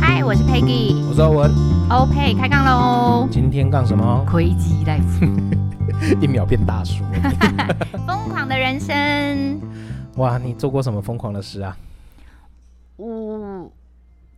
嗨，我是 Peggy，我是欧文，欧佩开杠喽！今天干什么？哦魁基大夫， 一秒变大叔。疯狂的人生， 哇，你做过什么疯狂的事啊？我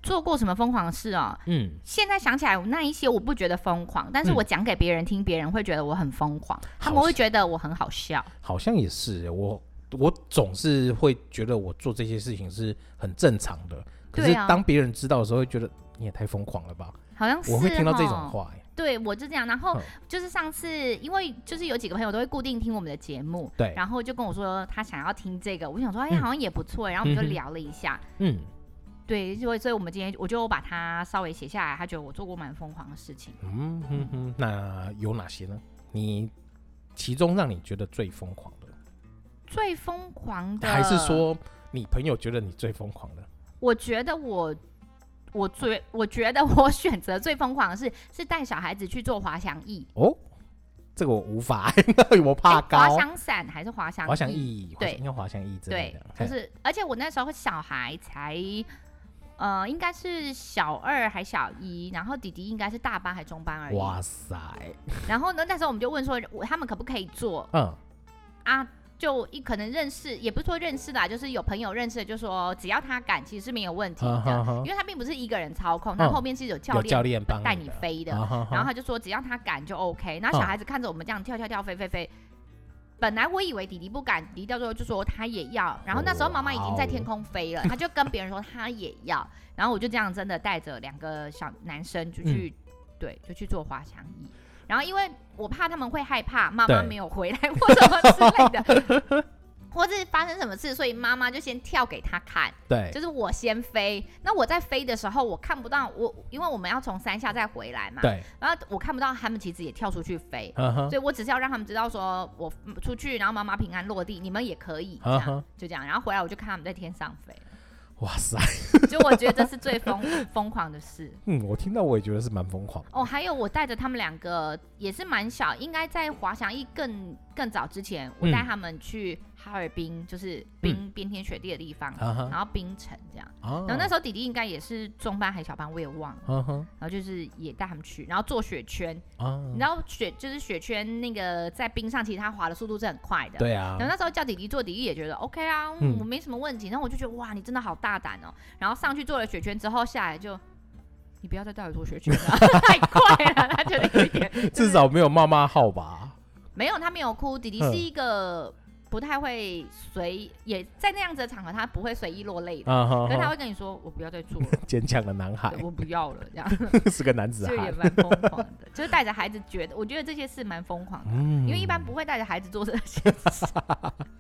做过什么疯狂的事哦？嗯，现在想起来，那一些我不觉得疯狂，但是嗯我讲给别人听，别人会觉得我很疯狂，他们好会觉得我很好笑。好像也是，我我总是会觉得我做这些事情是很正常的，可是对啊当别人知道的时候，会觉得你也太疯狂了吧？好像是我会听到这哦种话、欸，对，我就这样。然后嗯就是上次，因为就是有几个朋友都会固定听我们的节目，对，然后就跟我说他想要听这个，我想说哎、嗯好像也不错，然后我们嗯就哼聊了一下。嗯，对，所以所以我们今天我就把它稍微写下来，他觉得我做过蛮疯狂的事情。嗯哼哼，那有哪些呢？你其中让你觉得最疯狂的，最疯狂的还是，说你朋友觉得你最疯狂的？我觉得我我最我觉得我选择最疯狂的是是带小孩子去做滑翔翼，哦，这个我无法， 我怕哎滑高。翔伞还是滑翔哎滑翔翼，对对，应该滑翔翼之类对的，，就嘿是而且我那时候小孩才。呃，应该是小二还小一，然后弟弟应该是大班还中班而已。哇塞，然后呢，那时候我们就问说，我他们可不可以做嗯，啊？就一可能认识，也不是说认识啦，就是有朋友认识的，就说只要他敢，其实是没有问题的，啊哈哈因为他并不是一个人操控，他嗯后面是有教有教练练帮带你飞的。啊哈哈然后他就说只要他敢就 OK。然后小嗯孩子看着我们这样跳跳跳飞飞飞，本来我以为弟弟不敢，弟弟到最后就说他也要。然后那时候妈妈已经在天空飞了，他就跟别人说他也要。然后我就这样真的带着两个小男生就去，嗯对，就去做滑翔翼。然后因为我怕他们会害怕妈妈对没有回来或什么之类的。或是发生什么事，所以妈妈就先跳给他看，对，就是我先飞。那我在飞的时候，我看不到我，因为我们要从山下再回来嘛。对，然后我看不到他们其实也跳出去飞，啊哈所以我只是要让他们知道说我嗯出去，然后妈妈平安落地，你们也可以这啊样，哈，就这样。然后回来我就看他们在天上飞，哇塞，就我觉得这是最疯疯狂的事。 嗯，我听到我也觉得是蛮疯狂的，哦，还有我带着他们两个也是蛮小，应该在滑翔翼更更早之前，我嗯带他们去哈尔滨，就是冰、冰天雪地的地方，啊哈然后冰城这样。啊，然后那时候弟弟应该也是中班还是小班，我也忘了。啊哈然后就是也带他们去，然后做雪圈，啊你，知道雪就是雪圈那个在冰上，其实它滑的速度是很快的。。对啊然，后那时候叫弟弟做，弟弟也觉得 OK 啊，嗯我没什么问题。然后我就觉得哇，你真的好大胆哦。然后上去做了雪圈之后下来就，你不要再带我做雪圈 了，太快了，他觉得有一点。至少没有骂骂号吧？没有，他没有哭。弟弟嗯是一个不太会随，也在那样子的场合，他不会随意落泪的。啊哈可是他哈，会跟你说：“我不要再做 了，坚强的男孩对，我不要了。”这样 是个男子就也汉，蛮疯狂 的，就是带着孩子觉得，我觉得这些事蛮疯狂的。嗯因为一般不会带着孩子做这些事。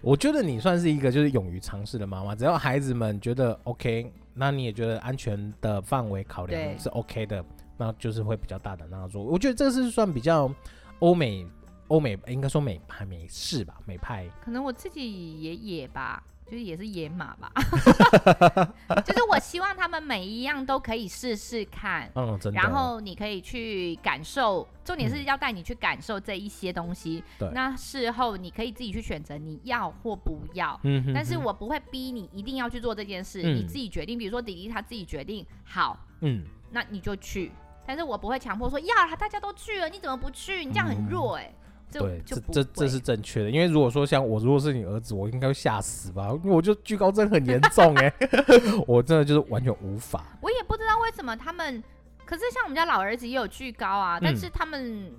我觉得你算是一个就是勇于尝试的妈妈，只要孩子们觉得 OK，那你也觉得安全的范围考对量是 OK 的，那就是会比较大胆让他做。我觉得这是算比较欧美欧美应该说美派美式吧，美派可能我自己也野吧，就是也是野马吧。 就是我希望他们每一样都可以试试看，嗯，真的。嗯然后你可以去感受，重点是要带你去感受这一些东西。对那事后你可以自己去选择你要或不要。嗯哼但是哼我不会逼你一定要去做这件事，嗯你自己决定。比如说弟弟他自己决定，好，嗯那你就去。但是我不会强迫说呀，大家都去了，你怎么不去？你这样很弱哎、这对，就这不这会这是正确的，因为如果说像我，如果是你儿子，我应该会吓死吧，因为我就惧高症很严重哎、 我真的就是完全无法。我也不知道为什么他们，可是像我们家老儿子也有巨高啊，但嗯是他们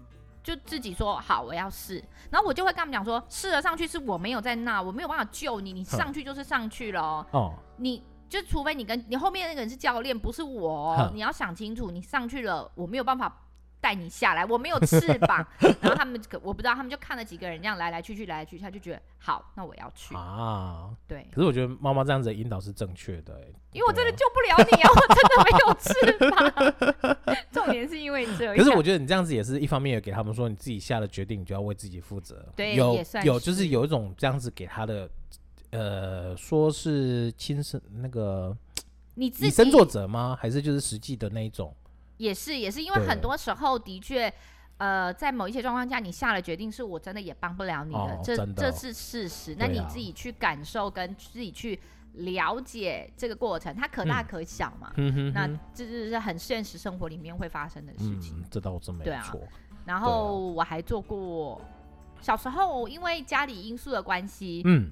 就自己说好我要试，然后我就会跟他们讲说，试了上去是我没有在那，我没有办法救你，你哼上去就是上去了哦，哦，你。就除非你跟你后面那个人是教练，不是我哦，哼你要想清楚，你上去了，我没有办法带你下来，我没有翅膀。 然后他们可我不知道，他们就看了几个人这样来来去去来来去去，他就觉得好，那我要去。啊，对，可是我觉得妈妈这样子的引导是正确的、欸，因为我真的对啊救不了你啊，我真的没有翅膀。 重点是因为这样。可是我觉得你这样子也是一方面，也给他们说你自己下的决定，你就要为自己负责。对有也算有就是是有一种这样子给他的，呃，说是亲身那个你自以己身作则吗？还是就是实际的那一种？也是也是因为对很多时候的确，呃，在某一些状况下，你下了决定，是我真的也帮不了你的，哦这真的这哦是事实。那对你啊自己去感受跟自己去了解这个过程，它可大可小嘛。嗯哼那哼这就是很现实生活里面会发生的事情。嗯，这倒真没对啊错。然后我还做过，小时候因为家里因素的关系，嗯，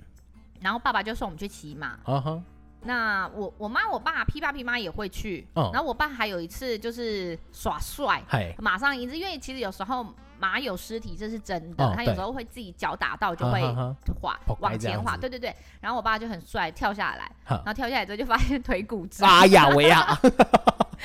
然后爸爸就送我们去骑马。啊哈，那我我妈我爸พี่爸พี่妈也会去，嗯然后我爸还有一次就是耍帅，嗨，马上一次，因为其实有时候马有尸体，这是真的，哦他有对时候会自己脚打到就会啊哈滑、跑开往这前样滑，子对对对。然后我爸就很帅跳下来，哈然后跳下来之后就发现腿骨折，哈啊 呀喂呀，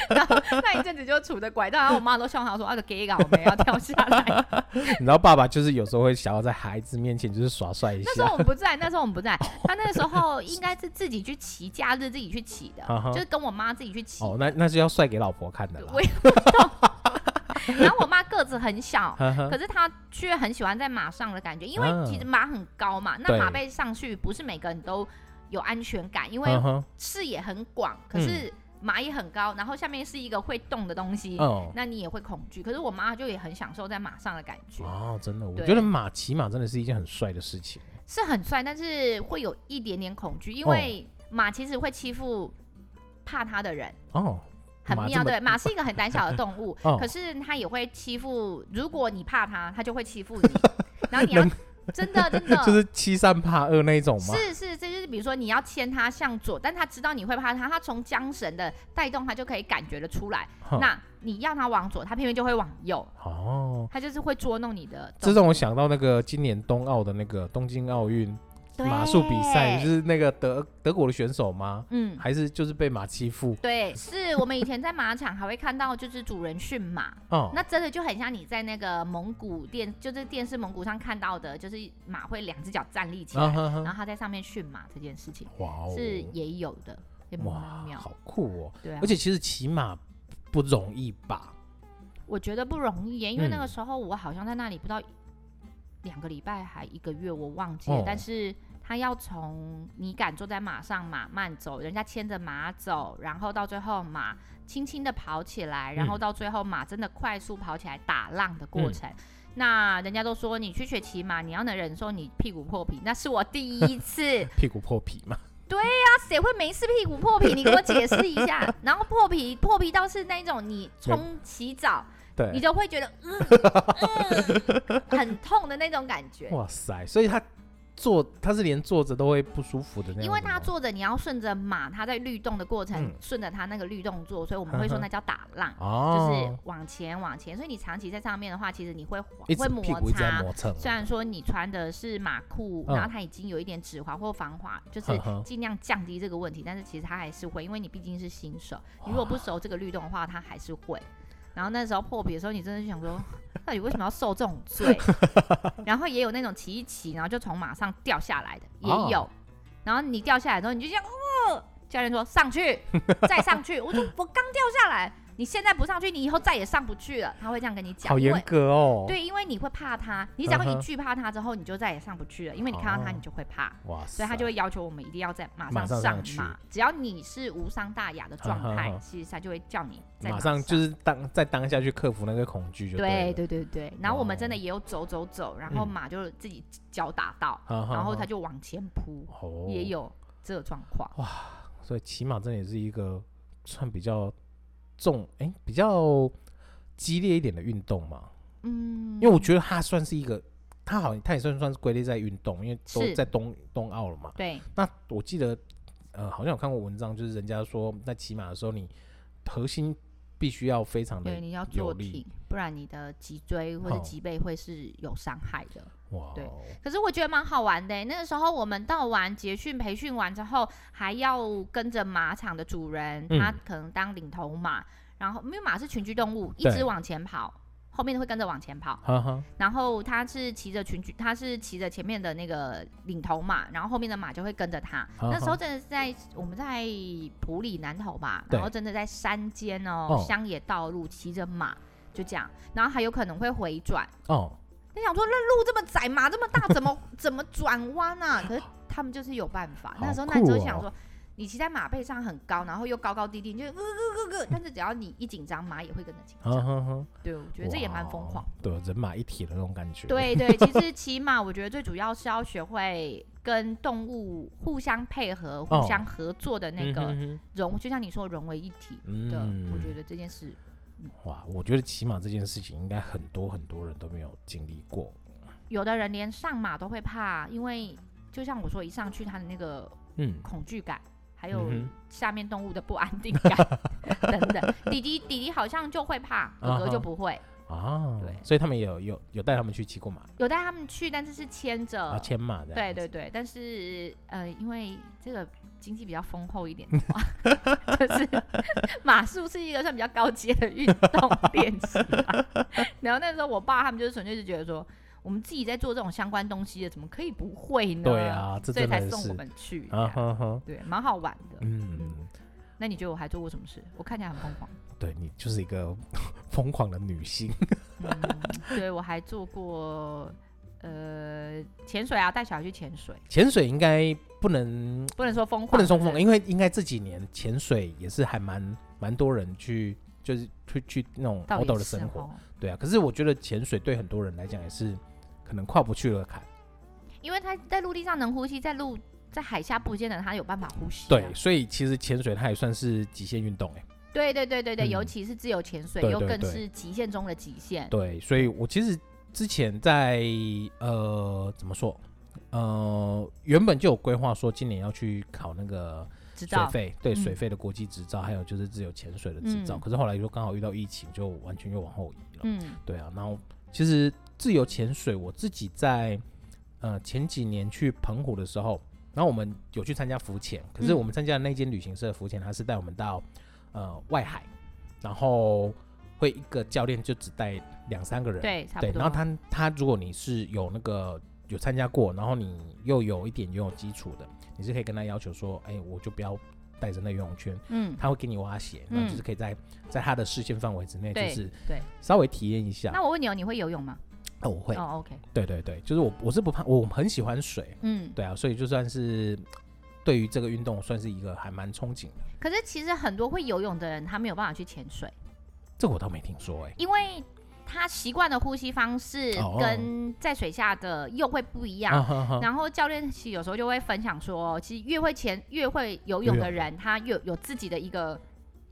然后 那一阵子就杵着拐杖，然后我妈都笑他说：“啊，个 gay 搞没要跳下 啊来。你知道爸爸就是有时候会想要在孩子面前就是耍帅一”那时候下，我们不在，那时候我们不在，哦他那时候应该是自己去骑，假日自己去骑的，啊哈就是跟我妈自己去骑。哦，那那是要帅给老婆看的啦我。也不懂。 然后我妈个子很小，哈哈可是他却很喜欢在马上的感觉，因为啊其实马很高嘛，那对马背上去不是每个人都有安全感，因为嗯哼，视野很广，可是马也很高，然后下面是一个会动的东西，哦。那你也会恐惧。可是我妈就也很享受在马上的感觉，哦，真的，我对觉得马骑马真的是一件很帅的事情。是很帅，但是会有一点点恐惧，因为马其实会欺负怕它的人。哦，很马妙，这么对，马是一个很胆小的动物 ，哦可是它也会欺负，如果你怕它，它就会欺负 你，然后你要真的真的就是欺善怕恶那一种吗？呃是是，这就是比如说你要牵它向左，但它知道你会怕它，它从缰绳的带动，它就可以感觉得出来。哼那你要它往左，它偏偏就会往右，嗯哦，它就是会捉弄你的这动作。让我想到那个今年冬奥的那个东京奥运对马术比赛，就是那个德德国的选手吗？嗯，还是就是被马欺负？对，是我们以前在马场还会看到，就是主人驯马，哦，那真的就很像你在那个蒙古电，就是电视蒙古上看到的，就是马会两只脚站立起来，啊哈哈然后它在上面驯马这件事情哇哦，是也有的，也蛮哇，妙。好酷哦！对啊而，且其实骑马不容易吧？我觉得不容易耶，因为那嗯个时候我好像在那里不到两个礼拜还一个月，我忘记了。哦但是他要从你敢坐在马上，马慢走，人家牵着马走，然后到最后马轻轻的跑起来，然后嗯到最后马真的快速跑起来打浪的过程。那人家都说你去学骑马，你要能忍受你屁股破皮，那是我第一次。屁股破皮嘛， 谁会没事屁股破皮？你给我解释一 下。然后破皮破皮倒是那一种，你冲洗澡你对，就会觉得嗯嗯很痛的那种感觉，哇塞！所以他坐，他是连坐着都会不舒服的那样子吗，因为它坐着，你要顺着马，它在律动的过程嗯，顺着它那个律动做，所以我们会说嗯哼那叫打浪，就是哦，往前往前。所以你长期在上面的话，其实你会滑一会直摩屁股一直在擦。磨蹭， 虽然说你穿的是马裤，嗯然后它已经有一点止滑或防滑，就是呵呵尽量降低这个问题，但是其实它还是会，因为你毕竟是新手，你如果不熟这个律动的话，它还是会。然后那时候破皮的时候，你真的就想说， 到底为什么要受这种罪？ 然后也有那种骑一骑，然后就从马上掉下来的哦也有。然后你掉下来之后，你就这样，哦，教练说上去，再上去。我说我刚掉下来，你现在不上去，你以后再也上不去了。他会这样跟你讲，好因严为格哦。，对，因为你会怕他，你只要嗯一哼惧怕他之后，你就再也上不去了，因为你看到他哦你就会怕。哇塞，所以他就会要求我们一定要在马上啊马上上上去马，只要你是无伤大雅的状态嗯哼，哼其实他就会叫你在马上上就是当在当下去克服那个恐惧就对对了，对对对。然后我们哦真的也有走走走，然后嗯马就自己脚打到，然然后他就往前扑，也，有这个状况。哦所以骑马真的也是一个算比较重哎、比较激烈一点的运动嘛，嗯，因为我觉得它算是一个，它好像它也算算是归类在运动，因为是都在冬冬奥了嘛。对那我记得呃好像有看过文章，就是人家说在骑马的时候你核心必须要非常的对，你要有坐力挺，不然你的脊椎或者哦脊背会是有伤害的。哇对哦，可是我觉得蛮好玩的欸。那个时候我们到完结训培训完之后，还要跟着马场的主人，嗯他可能当领头马，然后因为马是群居动物，一对直往前跑，后面会跟着往前跑。哈哈，然后他是骑着群居，他是骑着前面的那个领头马，然后后面的马就会跟着他。啊哈那时候真的是在我们在普里南头吧，对然后真的在山间哦哦，乡野道路骑着马就这样，然后还有可能会回转。哦，他想说那路这么窄，马这么大，怎么怎么转弯啊？可是他们就是有办法。好那时候那时候酷哦想说，你骑在马背上很高，然后又高高低低，你就呃咯咯咯咯，但是只要你一紧张，马也会跟着紧哼张。哼哼，对，我觉得这也蛮疯狂啊哇。，哦对，人马一体的那种感觉。，对对，其实骑马，我觉得最主要是要学会跟动物互相配合、互哦相合作的那个嗯融，就像你说融为一体哼哼，的，嗯我觉得这件事。哇，我觉得骑马这件事情应该很多很多人都没有经历过。有的人连上马都会怕，因为就像我说，一上去他的那个嗯，恐惧感，还有嗯哼下面动物的不安定 感等等。弟弟弟弟好像就会怕，哥啊哈哥就不会。啊，对所以他们也有有有带他们去骑过马，有带他们去，但是是牵着啊，。牵马的。呃对对对，但是呃，因为这个经济比较丰厚一点的话， 就是马术是一个算比较高阶的运动练习 啊、然后那时候我爸他们就是纯粹是觉得说，我们自己在做这种相关东西的，怎么可以不会呢？对啊这所以真的才送是我们去。啊这样哈哈，对，蛮好玩的。嗯，那你觉得我还做过什么事？我看起来很疯狂。 对你就是一个 疯狂的女性。嗯，对我还做过呃潜水啊，带小孩去潜水，潜水应该不能不能说疯狂，不能说疯，哎对因为应该这几年潜水也是还蛮蛮多人去，就是去去那种到 outdoor 底的是生活。哦对啊，可是我觉得潜水对很多人来讲也是可能跨不去了坎。因为他在陆地上能呼吸，在陆在海下不见得他有办法呼吸、啊。对，所以其实潜水它也算是极限运动哎、对对对对对嗯尤其是自由潜水，对又对更对是极限中的极限。对，所以我其实之前在呃怎么说呃原本就有规划说今年要去考那个知水道费，对嗯水费的国际执照，还有就是自由潜水的执照。嗯可是后来就刚好遇到疫情，就完全又往后移了。嗯，对啊，然后其实自由潜水我自己在呃前几年去澎湖的时候，然后我们有去参加浮潜，可是嗯我们参加的那间旅行社的浮潜，它是带我们到呃外海，然后会一个教练就只带两三个人，对，差不多。然后他他如果你是有那个有参加过，然后你又有一点游泳基础的，你是可以跟他要求说，哎，我就不要带着那游泳圈，嗯，他会给你蛙鞋，那就是可以在在他的视线范围之内，就对是对。稍微体验一下。那我问你哦，你会游泳吗？哦，我啊会，哦，OK，对对对，就是我我是不怕，我很喜欢水，嗯。对啊，所以就算是对于这个运动算是一个还蛮憧憬的，可是其实很多会游泳的人，他没有办法去潜水，这个我倒没听说哎、因为他习惯的呼吸方式哦跟在水下的又会不一样。啊哈哈，然后教练其实有时候就会分享说，其实越会潜、越会游泳的人，他越有自己的一个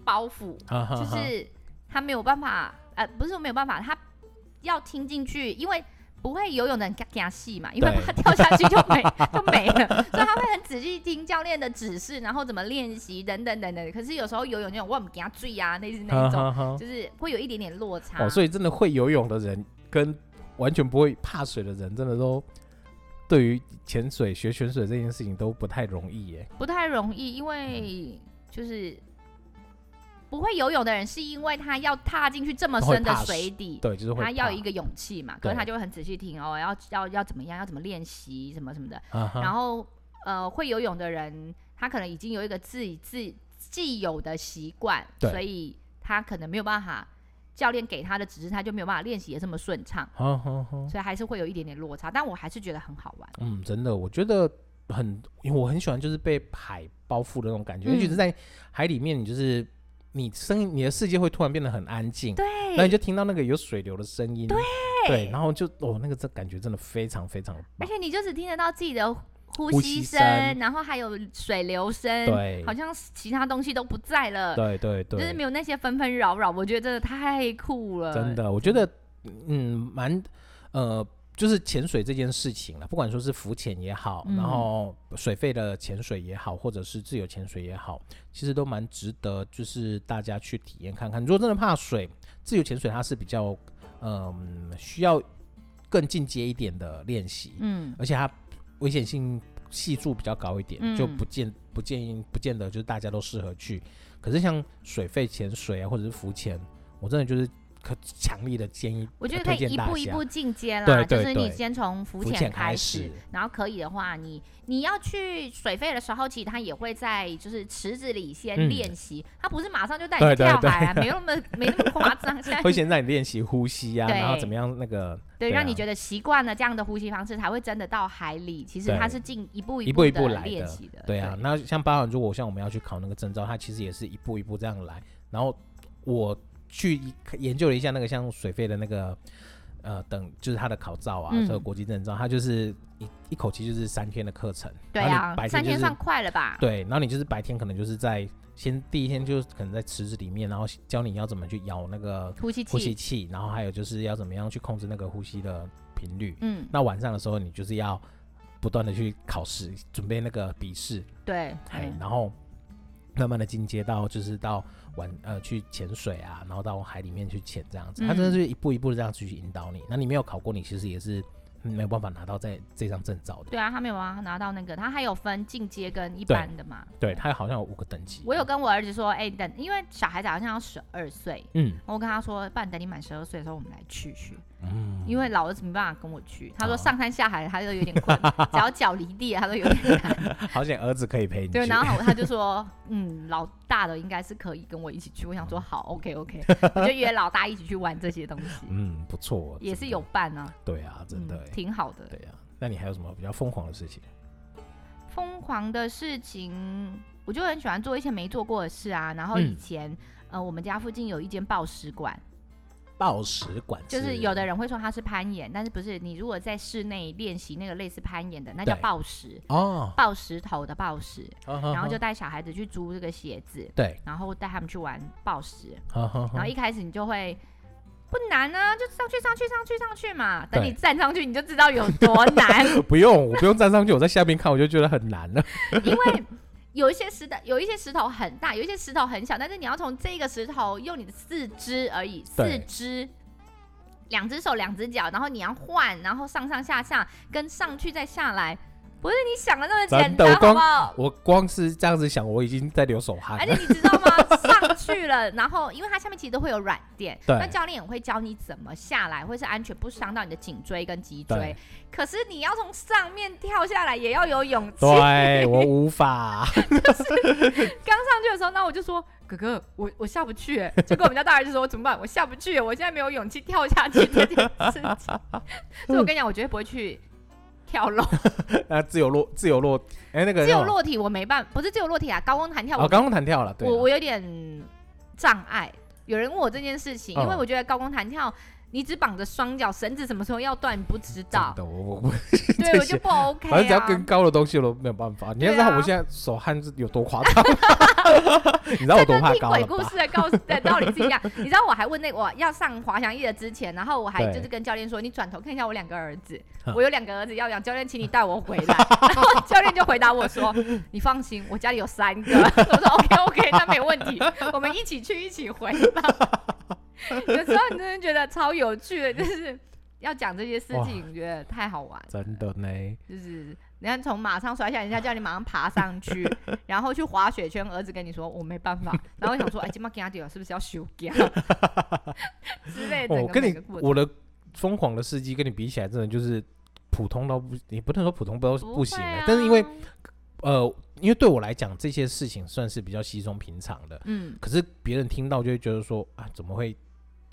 包袱，啊哈就哈，是他没有办法，呃，不是说没有办法，他要听进去，因为。不会游泳的人嘎嘎戏嘛，因为对怕掉下去就 没就没了，所以他会很仔细听教练的指示，然后怎么练习等等等等。可是有时候游泳那种我们给他醉啊，类似那一种，哈哈，就是会有一点点落差。哦哦，所以真的会游泳的人跟完全不会怕水的人，真的都对于潜水学潜水这件事情都不太容易欸耶、不太容易，因为就是不会游泳的人，是因为他要踏进去这么深的水底，对，就是会他要怕有一个勇气嘛，可是对他就会很仔细听哦，要要要怎么样，要怎么练习什么什么的。啊哈然后呃，会游泳的人，他可能已经有一个自己自既有的习惯，对所以他可能没有办法，教练给他的指示，他就没有办法练习的这么顺畅，哈啊哈哈，所以还是会有一点点落差。但我还是觉得很好玩。嗯，真的，我觉得很，因为我很喜欢就是被海包覆的那种感觉，尤其嗯是在海里面，你就是你声音，你的世界会突然变得很安静，对然后你就听到那个有水流的声音，对然后就哦，那个这感觉真的非常非常而棒，且你就只听得到自己的呼呼吸吸声，声然后还有水流声，对好像其他东西都不在了，对对对，就是没有那些纷纷扰扰，我觉得真的太酷了，真的，我觉得，嗯，蛮，呃，就是潜水这件事情了，不管说是浮潜也好，嗯然后水肺的潜水也好，或者是自由潜水也好，其实都蛮值得，就是大家去体验看看。如果真的怕水，自由潜水它是比较，嗯、需要更进阶一点的练习，嗯，而且它危险性系数比较高一点，嗯就不见不建议不见得就是大家都适合去。可是像水肺潜水啊，或者是浮潜，我真的就是可强力的建议，我觉得呃可推以荐一大步一家步进阶啦，对对就是你对先从浮浮潜潜开开始，始然后可以的话你，你要去水费的时候，其实他也会在就是池子里先嗯练习，他不是马上就带对你对跳对海啊，没那 么没那么夸张，现在会先让你练习呼吸啊，然后怎么样那个对，对让啊你觉得习惯了这样的呼吸方式，才会真的到海里。其实对它是进一步一步步一一步来练的习的。对啊，那像包含如果像我们要去考那个证照，它其实也是一步一步这样来。然后我去一研究了一下那个像水费的那个呃等，就是它的考照啊，嗯这个国际证照，它就是一一口气就是三天的课程。对然后你啊，白三天天就是算快了吧？对，然后你就是白天可能就是在先第一天就是可能在池子里面，然后教你要怎么去咬那个呼吸呼吸器，器，然后还有就是要怎么样去控制那个呼吸的频率。嗯，那晚上的时候，你就是要不断的去考试，准备那个笔试，对，哎，嗯然后慢慢的进阶到就是到玩呃去潜水啊，然后到海里面去潜这样子，他真的嗯是一步一步的这样去引导你。那你没有考过，你其实也是没有办法拿到在这张证照的。对啊，他没有啊，拿到那个，他还有分进阶跟一对般的嘛。对，它好像有五个等级。我有跟我儿子说，哎、等，因为小孩子好像要十二岁，嗯我跟他说，不然等你满十二岁的时候我们来去去，嗯，因为老儿子没办法跟我去，他说哦上山下海他都有点困，只要脚离地他都有点难。好险儿子可以陪你去。对，然后他就说，嗯，老大的应该是可以跟我一起去。我想说，好，OK OK，我就约老大一起去玩这些东西，嗯，不错， 也真是的有伴啊，对啊，真的嗯欸、挺好的。对啊。那你还有什么比较疯狂的事情？疯狂的事情，我就很喜欢做一些没做过的事啊。然后以嗯前，呃，我们家附近有一间报石馆，暴食馆就是有的人会说它是攀岩，但是不是？你如果在室内练习那个类似攀岩的，那叫对嗯抱石，哦，抱石头的抱石。然然后就带小孩子去租这个鞋子， 对，然后带他们去玩抱石。然然后一开始你就会不难啊，就上去上去上去上去嘛。等你对站上去，你就知道有多 难。不用，我不用站上去，我在下面看，我就觉得很难 了。因为有一些石头，有一些石头很大，有一些石头很小，但是你要从这个石头用你的四肢而已，四对肢。两只手，两只脚，然后你要换，然后上上下下，跟上去再下来，不是你想的那么简真的单，我好刚不好？我光是这样子想，我已经在流手汗而了。哎且你知道吗？ 上去了，然后因为它下面其实都会有软垫，对那教练也会教你怎么下来，会是安全，不伤到你的颈椎跟脊椎对。可是你要从上面跳下来，也要有勇气。对啊我无法， 刚上去的时候，那我就说：“哥哥，我我下不去。”欸结果我们家大儿就说：“怎么办？我下不去，我现在没有勇气跳下去这件事情。”所以我跟你讲，我绝对不会去跳 楼，那自由落自由落，哎，那个自由叫什么落体我没办，不是自由落体啊，高空弹跳我哦，刚刚弹跳了，对我啦，我有点障碍。有人问我这件事情，嗯因为我觉得高空弹跳，你只绑着双脚，绳子什么时候要断你不知道真，的，我我对我我，啊这就些不 OK 反正只要啊。跟高的东西我都没有办法。你要知对道啊我现在手汗是有多夸 张，你知道我这多跟怕听高鬼了故吧？事的告诉的道理是一样，你知道我还问那我要上滑翔翼的之前，然后我还对就是跟教练说，你转头看一下我两个儿子，哼我有两个儿子要养，教练请你带我回 来。 然后教练就回答我说，你放心，我家里有三个。 我说 OK OK，那没问题，我们一起去一起回吧。 有时候你真的觉得超有趣的，就是要讲这些事情，觉得太好玩，真的呢，就是。人家从马上摔下来，人家叫你马上爬上去， 然后去滑雪圈。儿子跟你说我没办法，然后想说，哎，今麦给他掉，是不是要休假之类的？哎哦整我个跟每你个过程我的疯狂的事迹跟你比起来，真的就是普通到不，也不能说普通到不行会欸啊但是因为呃，因为对我来讲这些事情算是比较稀松平常的，嗯，可是别人听到就会觉得说啊，怎么会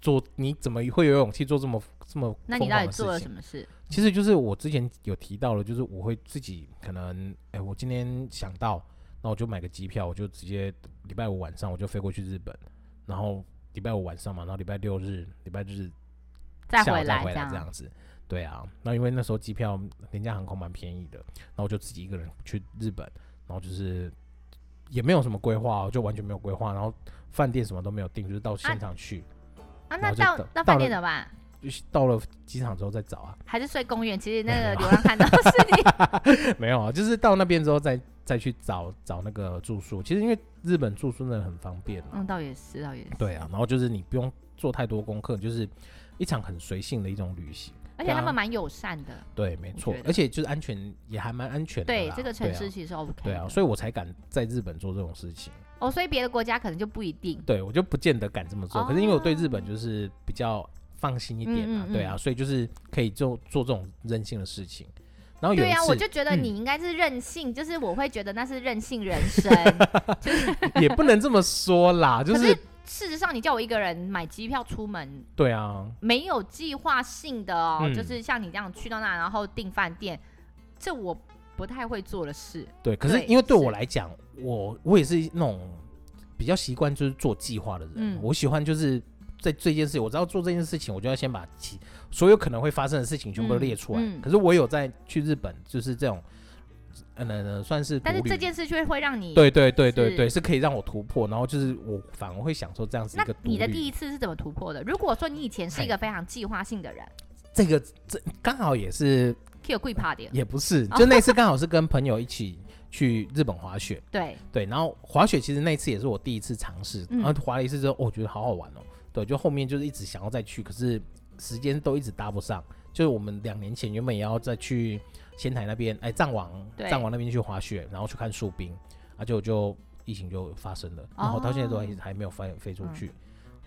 做？你怎么会有勇气做这么这么那疯你狂到底的事做了情什么事？其实就是我之前有提到了，就是我会自己可能，哎、我今天想到，那我就买个机票，我就直接礼拜五晚上我就飞过去日本，然后礼拜五晚上嘛，然后礼拜六日、礼拜日再下午回来回这来样这样子。对啊，那因为那时候机票廉价航空蛮便宜的，然后我就自己一个人去日本，然后就是也没有什么规划哦，就完全没有规划，然后饭店什么都没有订，就是到现场去，啊，然那后就到到那到饭店了怎么办？就是到了机场之后再找啊， 还是睡公园？其实那没有个啊流浪汉都 是你没有啊，就是到那边之后再再去找找那个住宿。其实因为日本住宿真的很方便啊 嘛，嗯，倒也是，倒也是。对啊，然后就是你不用做太多功课，就是一场很随性的一种旅行。而且他对啊们蛮友善的，对，没错觉，得而且就是安全也还蛮安全的啦。对这个城市对啊，其实 OK 的。对啊，所以我才敢在日本做这种事情。哦，所以别的国家可能就不一定。对我就不见得敢这么做，可是因为我对日本就是比较放心一点嘛，哦嗯嗯嗯对啊，所以就是可以做做这种任性的事情。然后有对一啊，我就次觉得嗯你应该是任性，就是我会觉得那是任性人生。也 不能这么 说啦， 就可是是事实上，你叫我一个人买机票出门，对啊，没有计划性的哦，嗯就是像你这样去到那，然后订饭店，这我不太会做的事。对。可是对因为对是我来讲，我我也是那种比较习惯就是做计划的人，嗯我喜欢就是在这件事情，我知道做这件事情，我就要先把其所有可能会发生的事情全部都嗯列出来。嗯可是我有在去日本，就是这种，嗯、呃，算是但是独旅这件事却会让你，对对对对是对，是可以让我突破，然后就是我反而会享受这样子那一个独你的第立。一次是怎么突破的？如果说你以前是一个非常计划性的人，这个这刚好也是可以贵怕点，也不是，哦就那次刚好是跟朋友一起去日本滑雪，对，对，然后滑雪其实那次也是我第一次尝试，嗯然后滑了一次之后，哦我觉得好好玩哦，对，就后面就是一直想要再去，可是时间都一直搭不上。就是我们两年前原本也要再去仙台那边，哎，藏王对藏王那边去滑雪，然后去看树冰，而且我就疫情就发生了，然后到现在都还哦还没有飞飞出嗯去，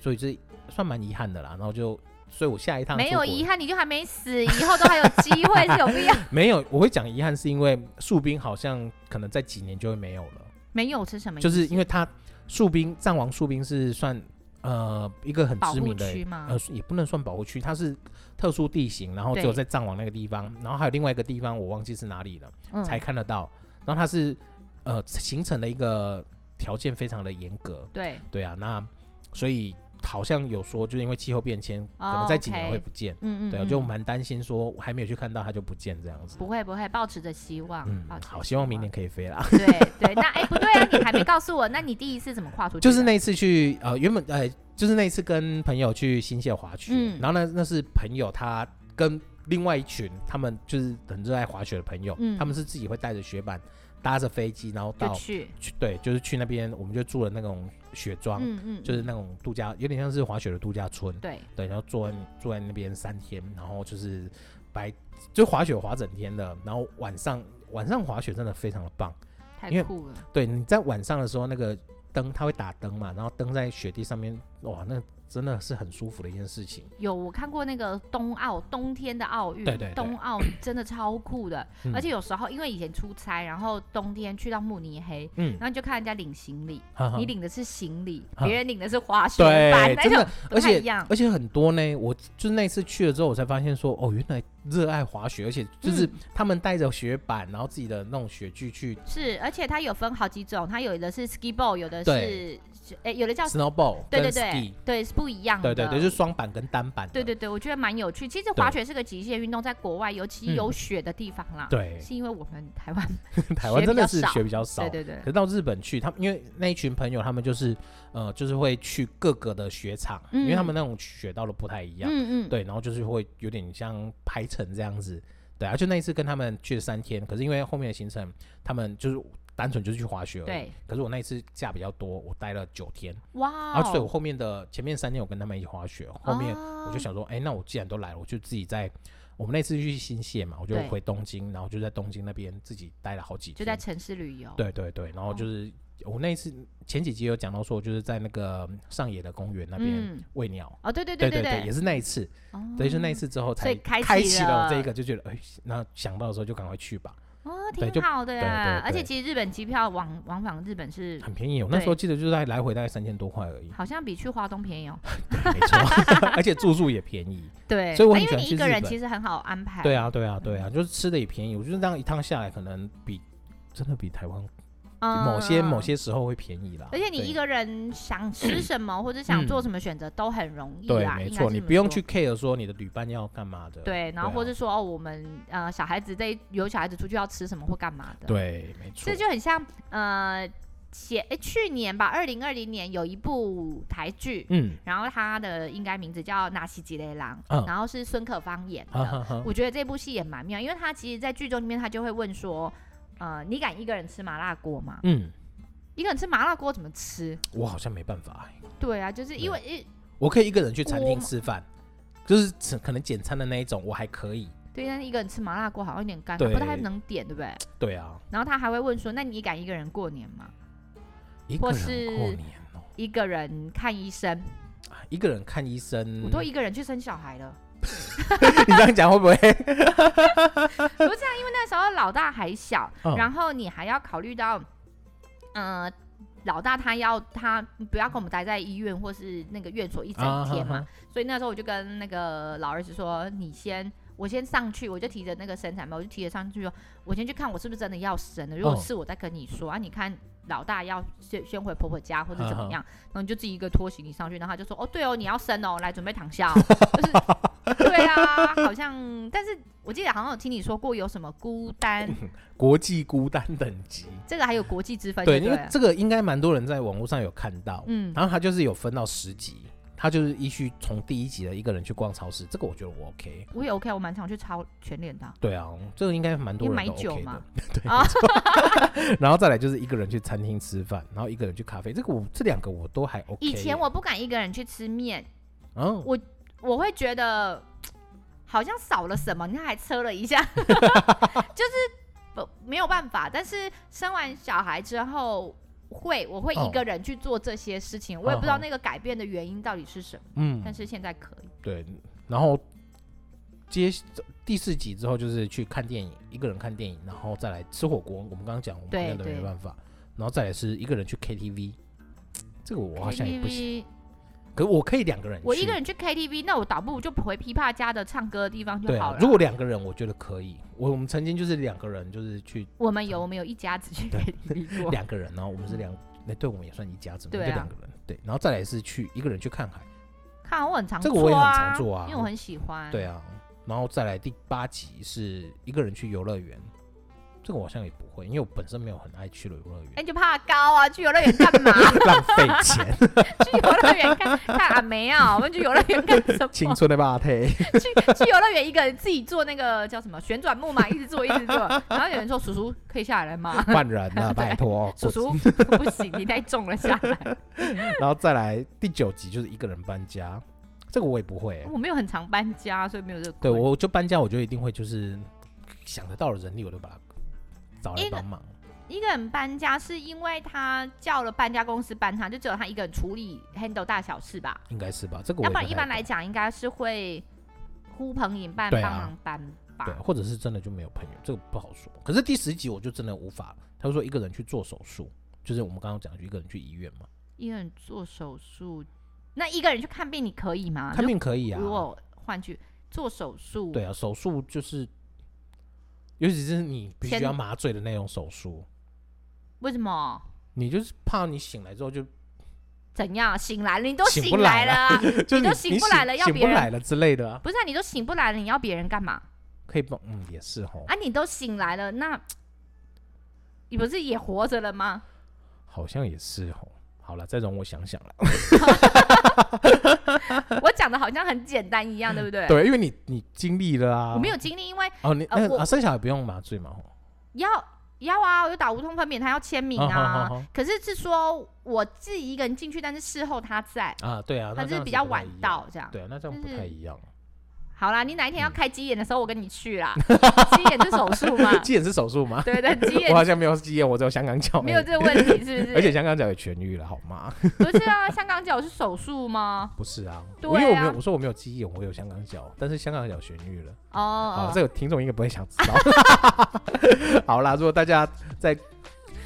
所以这算蛮遗憾的啦。然后就，所以我下一趟没出有国遗憾，你就还没死，以后都还有机会是有必要。 没有，我会讲遗憾是因为树冰好像可能在几年就会没有了。没有是什么意思？就是因为它树冰藏王树冰是算呃一个很保知护名的，区吗？呃也不能算保护区，它是特殊地形，然后只有对在藏王那个地方，然后还有另外一个地方我忘记是哪里了，嗯才看得到。然后它是呃形成了一个条件非常的严格，对，对啊，那所以好像有说就是因为气候变迁，可哦能在几年 OK 会不见，嗯嗯，对啊，嗯就蛮担心说还没有去看到它就不见这样子。不会不会，抱持着希望，嗯抱，持着好，希望明望年可以飞啦。 对对，那哎、不对啊，你还没告诉我，那你第一次怎么跨出去的？就是那一次去呃，原本呃，就是那一次跟朋友去新泻滑雪，嗯然后呢，那是朋友他跟另外一群他们就是很热爱滑雪的朋友，嗯他们是自己会带着雪板搭着飞机，然后就到去，去对，就是去那边，我们就住了那种雪庄，嗯嗯，就是嗯那种度假，有点像是滑雪的度假村，对，对，然后坐在坐在那边三天，然后就是白就滑雪滑整天的，然后晚上晚上滑雪真的非常的棒。因太为酷了，对，你在晚上的时候，那个灯它会打灯嘛，然后灯在雪地上面，哇，那真的是很舒服的一件事情。有我看过那个冬奥，冬天的奥运，对对对冬 奥真的超酷的，嗯而且有时候因为以前出差，然后冬天去到慕尼黑，嗯，然后就看人家领行李，哈哈你领的是行李，哈别人领的是滑雪板，对，那真种的，不而太且一样，而且很多呢。我就是那次去了之后，我才发现说，哦，原来热爱滑雪，而且就是嗯他们带着雪板，然后自己的那种雪具去是，而且它有分好几种，它有的是 ski ball，有的是对，哎，有的叫。 snowboard 对对跟对 ski，对，是不一样的。对对对，就是双板跟单板的。对对对，我觉得蛮有趣。其实滑雪是个极限运动，在国外尤其有雪的地方啦。，嗯对 是因为我们台湾，台湾雪真比较的是少雪比较少对。对对可，是到日本去，他们因为那一群朋友，他们就是呃，就是会去各个的雪场，嗯因为他们那种雪道都不太一样，嗯嗯，对，然后就是会有点像排程这样子，对啊，就那一次跟他们去了三天，可是因为后面的行程，他们就是单纯就是去滑雪而已。对，可是我那一次假比较多，我待了九天，哇然啊后所以我哦，后面的前面三天我跟他们一起滑雪，后面我就哦想说，哎、那我既然都来了，我就自己在。我们那次去新泻嘛，我就对回东京，然后就在东京那边自己待了好几天，就在城市旅游，对对对，然后就是、我那一次前几集有讲到说，就是在那个上野的公园那边嗯，喂鸟，哦，对对对对对，也，是那一次，哦对，就那一次之所后才以开开启启了我这了一个，就觉得哎，那想到的时候就赶快去吧，哦，对挺就好的耶对对对而且其实日本机票往往返日本是很便宜。哦我那时候记得就在来回大概三千多块 而已，好像比去华东便宜哦。对没错， 而且住宿也便 宜。对，所以我很因为喜欢你去一个日人本其实很好安排。对，啊，对嗯啊，对啊，就是吃的也便宜。我觉得这样一趟下来，可能比真的比台湾某些嗯某。些时候会便宜啦。啊而且你对一个人想吃什 么或者想做什么选择都很容易对，啦，没应该错，是你这么不用说去 care 说你的旅伴要干嘛的。对，然后对或啊者说、哦，我们呃小孩子在有小孩子出去要吃什么或干嘛的，，对，没错这。就很像呃前诶去年吧，二零二零年有一部台剧，嗯，然后它的应该名字叫《纳西吉雷郎》，嗯然后是孙可芳演的，哈哈哈，我觉得这部戏也蛮妙，因为他其实在剧中里面他就会问说，呃，你敢一个人吃麻辣锅吗？嗯，一个人吃麻辣锅怎么吃？我好像没办法欸、对啊，就是因为。我可以一个人去餐我厅嘛吃饭，就是只可能简餐的那一种，我还可以。对，但是一个人吃麻辣锅好像有点尴尬，对不太能点，对不对？对啊，然后他还会问说：“那你敢一个人过年吗？一或个是人过年哦、一个人看医生？啊一个人看医生，我都一个人去生小孩了。 你这样 讲会不会？那时候老大还小，嗯然后你还要考虑到，呃，老大他要他不要跟我们待在医院或是那个院所一整天嘛，啊哈哈所以那时候我就跟那个老儿子说：“你先。”我先上去，我就提着那个生产包，我就提着上去说，我先去看我是不是真的要生了。如果嗯是，我再跟你说、啊。你看老大要先先回婆婆家或者怎么样，然后你就自己一个拖行李上去，然后他就说：“哦，对哦，你要生哦，来准备躺下、哦。”就是对啊，好像，但是我记得好像有听你说过有什么孤 单，国际孤单等级，这个还有国际之分对，就因对为了，这个应该蛮多人在网络上有看到，嗯，然后他就是有分到十集，他就是依序从第一集的一个人去逛超市，这个我觉得我 OK。我也 OK，我蛮常去超全 脸的啊、对啊，这个应该蛮多因为人都买酒 OK 嘛的， 对，啊没错 然后再来就是一个人去餐厅吃饭，然后一个人去咖啡，这个我这两个我都还 OK 耶。以前我不敢一个人去吃面，嗯，我会觉得好像少了什么，你看还车了一 下，就是不没有办法。但是生完小孩之后，会我会一个人去做这些事情，我也不知道那个改变的原因到底是什么，哦嗯但是现在可以。对，然后接第四集之后就是去看电影，一个人看电影，然后再来吃火锅。我们刚刚讲，我们对好像都没对办法，然后再来是一个人去 KTV，这个我好像也不行。 KTV，可我可以两个人去，我一个人去 KTV，那我倒不如就回琵琶家的唱歌的地方就对好啊了。。如果两个人，我觉得可以。我我们曾经就是两个人，就是去我们有我们有一家子去对 KTV 过，两个人，然后我们是两，那对我们也算一家子嘛，对啊就两个人。对，然后再来是去一个人去看海，看我很常这做啊，个我也很常做啊因为我很喜欢。对啊，然后再来第八集是一个人去游乐园，这个我好像也不会，因为我本身没有很爱去游乐园哎、。你就怕高啊，去游乐园干嘛？ 浪费钱， 去游乐园看看阿梅啊，我们去游乐园干什么？去青春的霸体。去游乐园一个人自己坐那个叫什么旋转木马，一直坐一直坐。然后有人说：“叔叔可以下来吗？”换人了，拜托 叔叔不行，你太重了下来。然后再来第九集就是一个人搬家，这个我也不会欸、我没有很常搬家，所以没有这个对困扰。我就搬家，我就一定会就是想得到的人力我就把它找来一个帮忙。一个人搬家是因为他叫了搬家公司搬他，就只有他一个人处理 handle 大小事吧。应该是吧？这个我要不然也太一般来懂讲应该是会呼朋引伴对帮啊忙搬吧对，。啊或者是真的就没有朋友，这个不好说。可是第十集我就真的无法，他说一个人去做手术，就是我们刚刚讲的一个人去医院嘛，一个人做手术，那一个人去看病你可以吗？看病可以啊如。果换句做手术，对啊，手术就是，尤其是你必须前要麻醉的那种手术，为什么？你就是怕你醒来 之后就怎样？醒来了，你都醒不醒来了来啊， 就是你你都醒你不来了要醒别不人来了之类的啊，不是啊、你都醒不来了，你要别人干嘛可以帮嗯也是吼，啊？你都醒来了，那你不是也活着了吗？ 好像也是吼。好了，再容我想想了。我讲的好像很简单一样，对不对？对，因为你你经历了啊，我没有经历，因为哦，你呃那我啊生小孩不用麻醉嘛吼，要要啊，我有打无痛分娩，他要签名啊好啊好好。可是是说我自己一个人进去，但是事后他在，啊对啊，他那这是样比子较不太晚一样，到这样。对啊，那这样就不太是 一样。好啦，你哪一天要嗯开鸡眼的时候，我跟你去 啦。鸡眼是手术嘛？鸡眼是手术吗？对对，鸡眼 我好像没有鸡眼，我只有香港脚而已，没有这个问题，是不是？哦哎 而且香港脚也痊愈了，好吗？ 不是啊，香港脚是手术吗？不是啊，对我因为我啊没有，我说我没有鸡眼，我有香港脚，但是香港脚痊愈了。哦好，哦，啊这个听众应该不会想知 道。好啦，如果大家在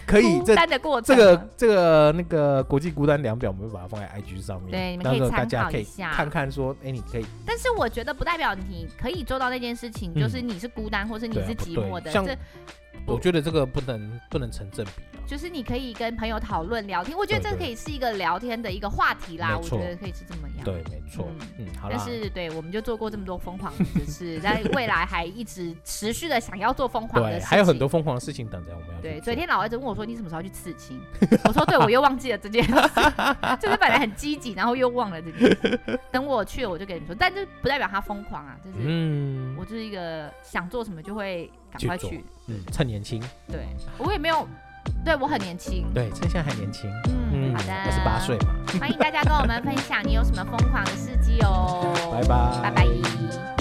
可以孤这单的过这程。个这个那个国际孤单量表，我们会把它放在 IG 上面，对你们到可以时候参大家考可一以下看看说，哎，你可以但是我觉得不代表你可以做到那件事情，嗯就是你是孤单，或是你对啊是不寂寞对的，像这我觉得这个不能不能成正比啊。就是你可以跟朋友讨论聊天。我觉得对这个可对以是一个聊天的一个话题啦，没我错觉得可以是这么样。对，没错，嗯，好啦但，是对，我们就做过这么多疯狂的事，但未来还一直持续的想要做疯狂的 对，事情，还有很多疯狂的事情等着我们要去对，做昨天老儿子问我嗯说：“你什么时候要去刺青？” 我说：“对，我又忘记了这件事，就是本来很积极，然后又忘了这件事。等我去了，我就跟你们说，但这不代表他疯狂啊，就是、嗯我就是一个想做什么就会赶快去做去。嗯，趁年轻，对我也没有，对我很年轻。对，趁现在还年轻，嗯，嗯，好的，二十八岁嘛，欢迎大家跟我们分享你有什么疯狂的事迹哦。 拜拜拜拜